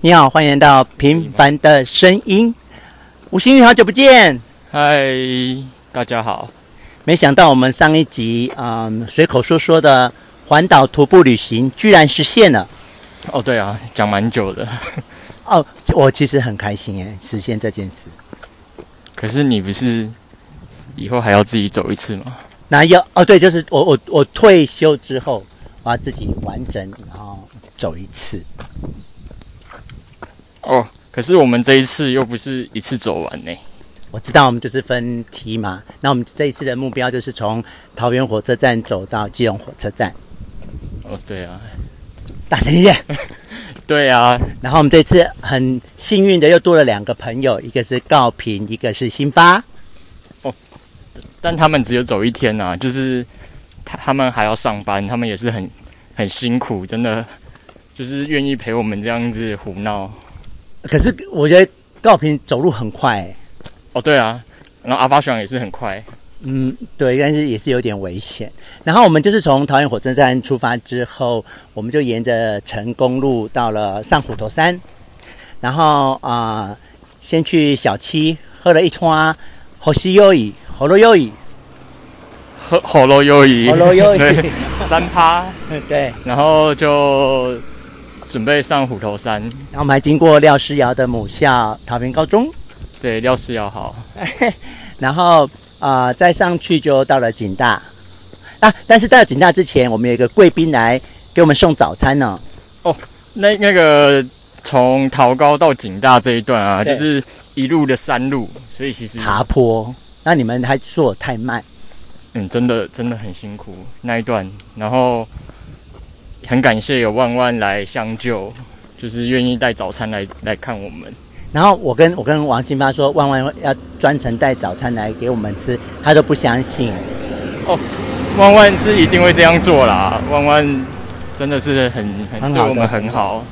你好，欢迎来到《平凡的声音》。吴新宇，好久不见！嗨，大家好。没想到我们上一集嗯随口说说的环岛徒步旅行，居然实现了。哦，对啊，讲蛮久的。哦，我其实很开心哎，实现这件事。可是你不是以后还要自己走一次吗？哪有？哦，对，就是我我我退休之后，我要自己完整然后走一次。哦，可是我们这一次又不是一次走完呢。我知道我们就是分梯嘛，那我们这一次的目标就是从桃园火车站走到基隆火车站，哦，对啊，大声一点。对啊，然后我们这次很幸运的又多了两个朋友，一个是高平，一个是辛巴。但他们只有走一天啊，就是他他们还要上班，他们也是很很辛苦，真的就是愿意陪我们这样子胡闹。可是我觉得高平走路很快、欸，哦，对啊，然后阿发爽也是很快。嗯，对，但是也是有点危险。然后我们就是从桃园火车站出发之后，我们就沿着成功路到了上虎头山，然后啊、呃先去小七喝了一通河西优椅，河洛优椅，喉喉咙优怡，喉咙 优怡对，三趴，对。然后就准备上虎头山，然后我们还经过廖诗瑶的母校桃园高中，对，料事要好。然后啊、呃再上去就到了景大啊。但是到景大之前，我们有一个贵宾来给我们送早餐呢、那那个从桃高到景大这一段啊，对就是一路的山路，所以其实爬坡。那你们还说我太慢，嗯，真的真的很辛苦那一段。然后很感谢有万万来相救，就是愿意带早餐来来看我们。然后我跟我跟王新发说，万万要专程带早餐来给我们吃，他都不相信。万万是一定会这样做啦，万万真的是很很好很对我的们很好，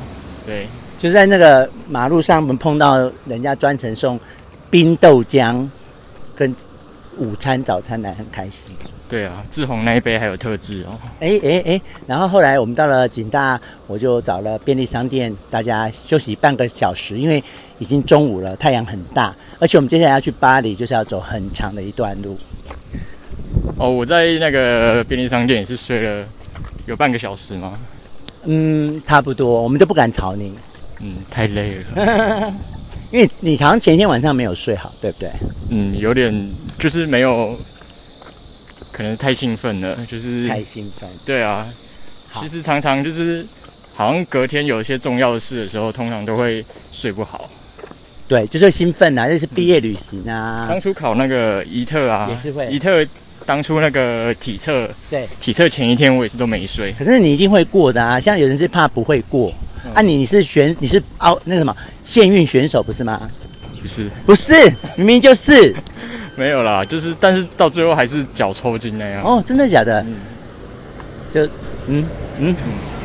对。就在那个马路上，我们碰到人家专程送冰豆浆跟午餐、早餐来，很开心。对啊，志宏那一杯还有特制哦。哎哎哎，然后后来我们到了景大，我就找了便利商店，大家休息半个小时，因为已经中午了，太阳很大，而且我们接下来要去巴黎，就是要走很长的一段路。哦，我在那个便利商店也是睡了有半个小时吗？嗯，差不多，我们都不敢吵你，嗯，太累了。因为你好像前一天晚上没有睡好，对不对？嗯，有点就是没有，可能太兴奋了，就是太兴奋，对啊。好其实常常就是好像隔天有一些重要的事的时候，通常都会睡不好。对，就是兴奋啊，就是毕业旅行啊，当初考那个仪特啊，也是会仪特。当初那个体测，对，体测前一天我也是都没睡，可是你一定会过的啊，像有人是怕不会过。啊你，你是选你是奥那个什么县运选手不是吗？不是不是，明明就是没有啦，就是但是到最后还是脚抽筋那样。哦，真的假的？嗯就嗯嗯，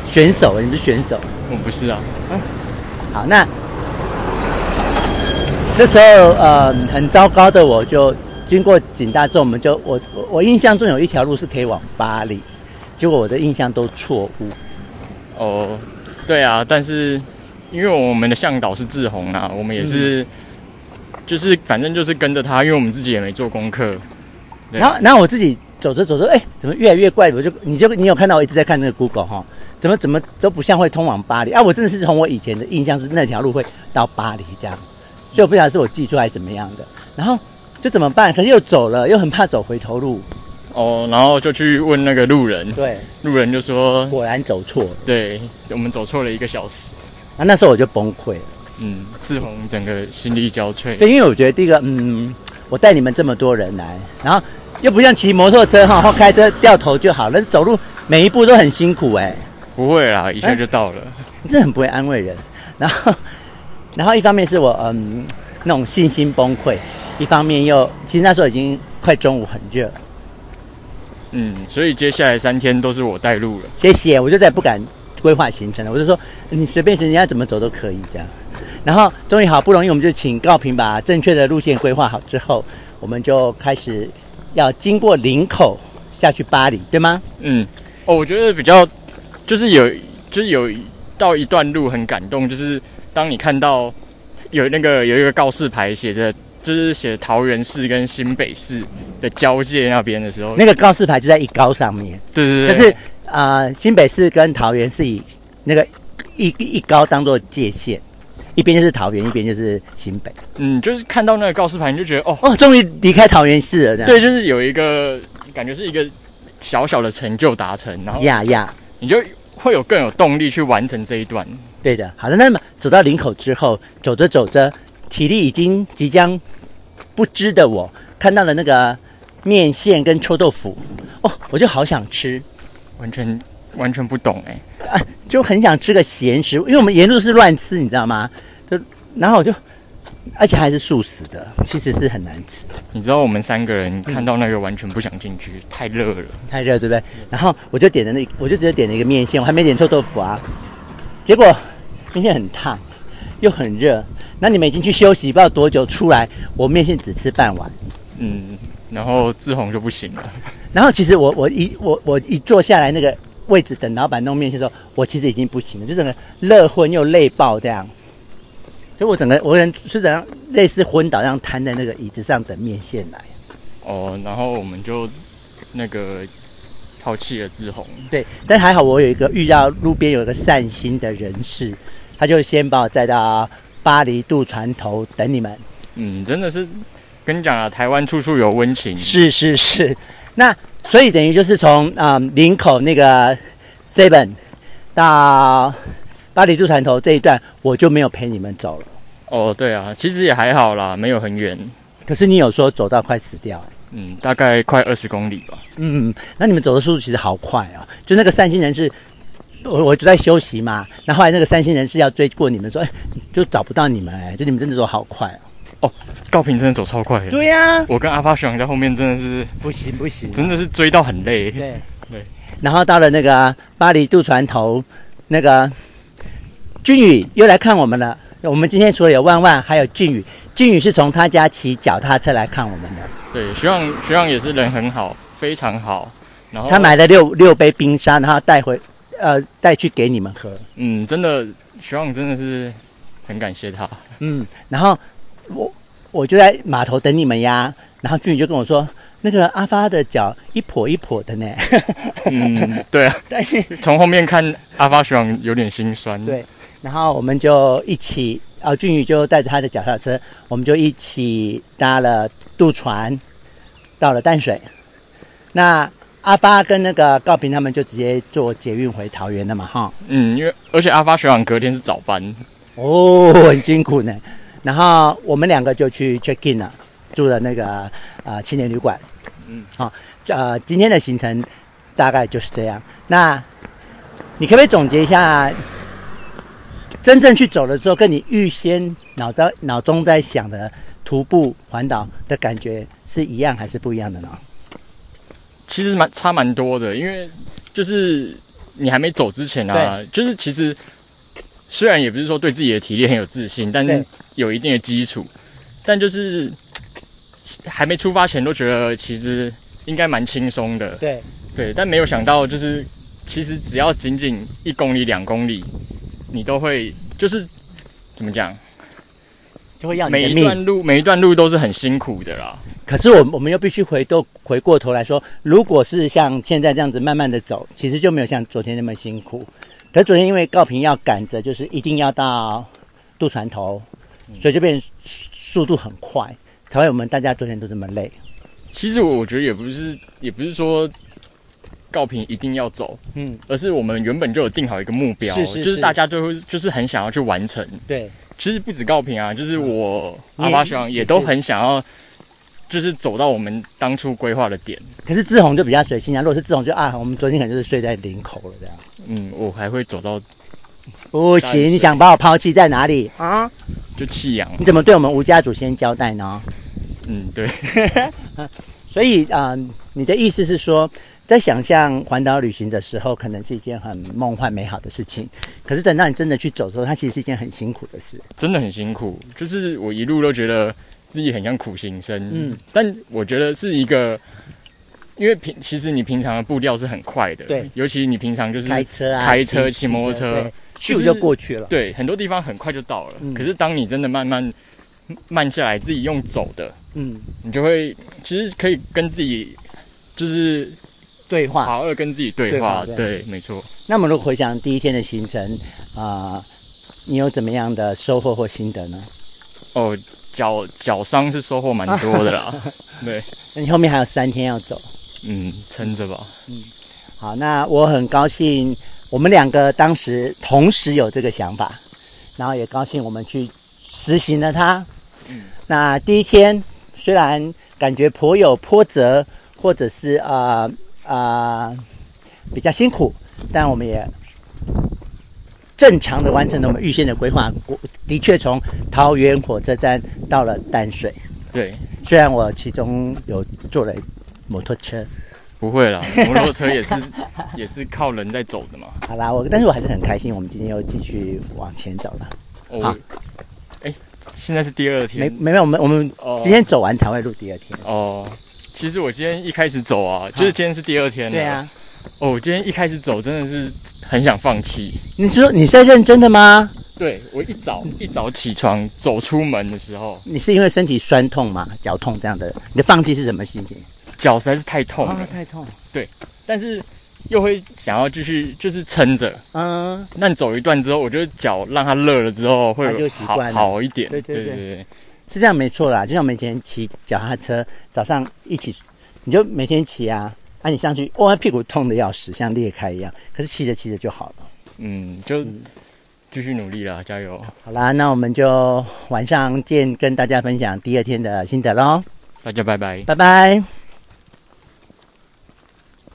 选手，你不是选手。我不是啊，好，那这时候呃很糟糕的我就经过景大之后，我们就我我我印象中有一条路是可以往巴黎，结果我的印象都错误。哦，对啊，但是因为我们的向导是志宏啊，我们也是，就是反正就是跟着他，因为我们自己也没做功课。对然后然后我自己走着走着，哎，怎么越来越怪？我就你就你有看到我一直在看那个 Google 哈、怎么怎么都不像会通往巴黎啊！我真的是从我以前的印象是那条路会到巴黎这样，所以我不晓得是我记错还是怎么样的。然后就怎么办？可是又走了，又很怕走回头路。哦，然后就去问那个路人，对，路人就说，果然走错了。对我们走错了一个小时。啊，那时候我就崩溃了。嗯，志宏整个心力交瘁。对，因为我觉得第一个，嗯，我带你们这么多人来，然后又不像骑摩托车哈、或开车掉头就好了，走路每一步都很辛苦哎、不会啦，一下就到了。你 真的很不会安慰人。然后， 然后一方面是我嗯那种信心崩溃，一方面又其实那时候已经快中午很热，嗯，所以接下来三天都是我带路了。谢谢，我就再也不敢规划行程了，我就说你随便人家怎么走都可以这样。然后终于好不容易，我们就请高平把正确的路线规划好之后，我们就开始要经过林口下去巴黎，对吗？嗯，哦，我觉得比较就是有就是有到一段路很感动，就是当你看到有那个有一个告示牌写着，就是写桃园市跟新北市的交界那边的时候，那个告示牌就在一高上面，对对可对，是啊、呃新北市跟桃园是以那个一一高当做界限，一边就是桃园，一边就是新北。嗯，就是看到那个告示牌，你就觉得哦，哦，终于离开桃园市了，这样。对，就是有一个感觉是一个小小的成就达成，然后呀呀，你就会有更有动力去完成这一段。对的。好的，那么走到林口之后，走着走着，体力已经即将不支的我，看到了那个面线跟臭豆腐，哦，我就好想吃，啊完全完全不懂哎、就很想吃个咸食，因为我们沿路是乱吃，你知道吗？就然后我就，而且还是素食的，其实是很难吃。你知道我们三个人看到那个完全不想进去，太热了。太热，对不对？然后我就点了那，我就直接点了一个面线，我还没点臭豆腐啊。结果面线很烫，又很热。那你们已经去休息，不知道多久出来，我面线只吃半碗。嗯，然后志宏就不行了。然后其实我我一我我一坐下来那个位置等老板弄面线的时候，我其实已经不行了，就整个热昏又累爆这样。就我整个我人是怎样类似昏倒这样瘫在那个椅子上等面线来。哦，然后我们就那个抛弃了志宏。对，但还好我有一个遇到路边有一个善心的人士，他就先把我载到巴黎渡船头等你们。嗯，真的是跟你讲了，台湾处处有温情。是是是，那所以等于就是从啊、呃林口那个 Seven 到巴黎渡船头这一段，我就没有陪你们走了。哦，对啊，其实也还好啦，没有很远。可是你有说走到快死掉、嗯，大概快二十公里吧。嗯，那你们走的速度其实好快啊、就那个善心人士，我我就在休息嘛，然后后来那个善心人士要追过你们说，哎，就找不到你们哎、就你们真的走好快哦、高平真的走超快的。对呀、我跟阿发熊在后面真的是，不行不行，真的是追到很累。对对。然后到了那个巴黎渡船头，那个俊宇又来看我们了。我们今天除了有万万，还有俊宇。俊宇是从他家骑脚踏车来看我们的。对，徐望徐望也是人很好，非常好。然后他买了六六杯冰沙，然后带回呃带去给你们喝。嗯，真的，徐望真的是很感谢他。嗯，然后我我就在码头等你们呀。然后俊宇就跟我说，那个阿发的脚一跛一跛的呢。 嗯，对啊，但是从后面看阿发徐望有点心酸。对然后我们就一起，啊，俊宇就带着他的脚踏车，我们就一起搭了渡船，到了淡水。那阿发跟那个高平他们就直接坐捷运回桃园了嘛，哈。嗯，因为而且阿发学长隔天是早班，哦，很辛苦呢。然后我们两个就去 check in 了，住了那个呃青年旅馆。嗯，好、呃，今天的行程大概就是这样。那你可不可以总结一下，真正去走的时候，跟你预先脑在脑中在想的徒步环岛的感觉是一样还是不一样的呢？其实蛮差蛮多的，因为就是你还没走之前啊，就是其实虽然也不是说对自己的体力很有自信，但对是有一定的基础，但就是还没出发前都觉得其实应该蛮轻松的，对，对，但没有想到就是其实只要仅仅一公里两公里，你都会就是怎么讲，就会要每啊你的一命。段路每一段路都是很辛苦的啦，可是我们我们又必须回头回过头来说，如果是像现在这样子慢慢的走，其实就没有像昨天那么辛苦。可是昨天因为高平要赶着，就是一定要到渡船头，所以就变速速度很快，才会我们大家昨天都这么累。其实我觉得也不是，也不是说告平一定要走，嗯，而是我们原本就有定好一个目标，是是就是是大家就会就是很想要去完成。对，其实不止告平啊，就是我嗯阿巴你学长也也是都很想要，就是走到我们当初规划的点。可是志宏就比较随性啊，如果是志宏就啊，我们昨天可能就是睡在林口了这样。嗯，我还会走到不行，你想把我抛弃在哪里啊？就弃养。你怎么对我们吴家祖先交代呢？嗯，对，所以啊、呃你的意思是说，在想象环岛旅行的时候，可能是一件很梦幻美好的事情，可是等到你真的去走的时候，它其实是一件很辛苦的事。真的很辛苦，就是我一路都觉得自己很像苦行僧。嗯，但我觉得是一个。因为平其实你平常的步调是很快的，对，尤其你平常就是开车啊，嗯开车骑骑摩托车对咻就过去了。对，很多地方很快就到了。嗯可是当你真的慢慢慢下来，自己用走的，嗯，你就会其实可以跟自己就是对话。好好地跟自己对对话。话对，没错。那么，如果回想第一天的行程啊、你有怎么样的收获或心得呢？哦，脚脚伤是收获蛮多的 啦。对，那你后面还有三天要走。嗯，撑着吧。好，那我很高兴，我们两个当时同时有这个想法，然后也高兴我们去实行了它。那第一天虽然感觉颇有波折，或者是啊啊、呃比较辛苦，但我们也正常的完成了我们预先的规划。我的确从桃园火车站到了淡水，对，虽然我其中有坐了摩托车，不会啦，摩托车也是 也是靠人在走的嘛。好啦，我但是我还是很开心，我们今天又继续往前走了。哦好我，哎、现在是第二没天没有，我们我们嗯哦今天走完才会录第二天。哦。其实我今天一开始走啊，就是今天是第二天了。对啊，哦，我今天一开始走真的是很想放弃。你是说你是在认真的吗？对我一早一早起床走出门的时候，你是因为身体酸痛吗？脚痛这样的，你的放弃是什么心情？脚实在是太痛了，哦太痛。但是又会想要继续就是撑着。嗯，但走一段之后，我觉得脚让它热了之后会它就有习好惯了好一点。对对对对对是这样没错啦。就像我们以前骑脚踏车，早上一起，你就每天骑啊，啊你上去，哇、屁股痛的要死，像裂开一样。可是骑着骑着就好了。嗯，就继续努力啦，加油！好啦，那我们就晚上见，跟大家分享第二天的心得喽，大家拜拜。拜拜。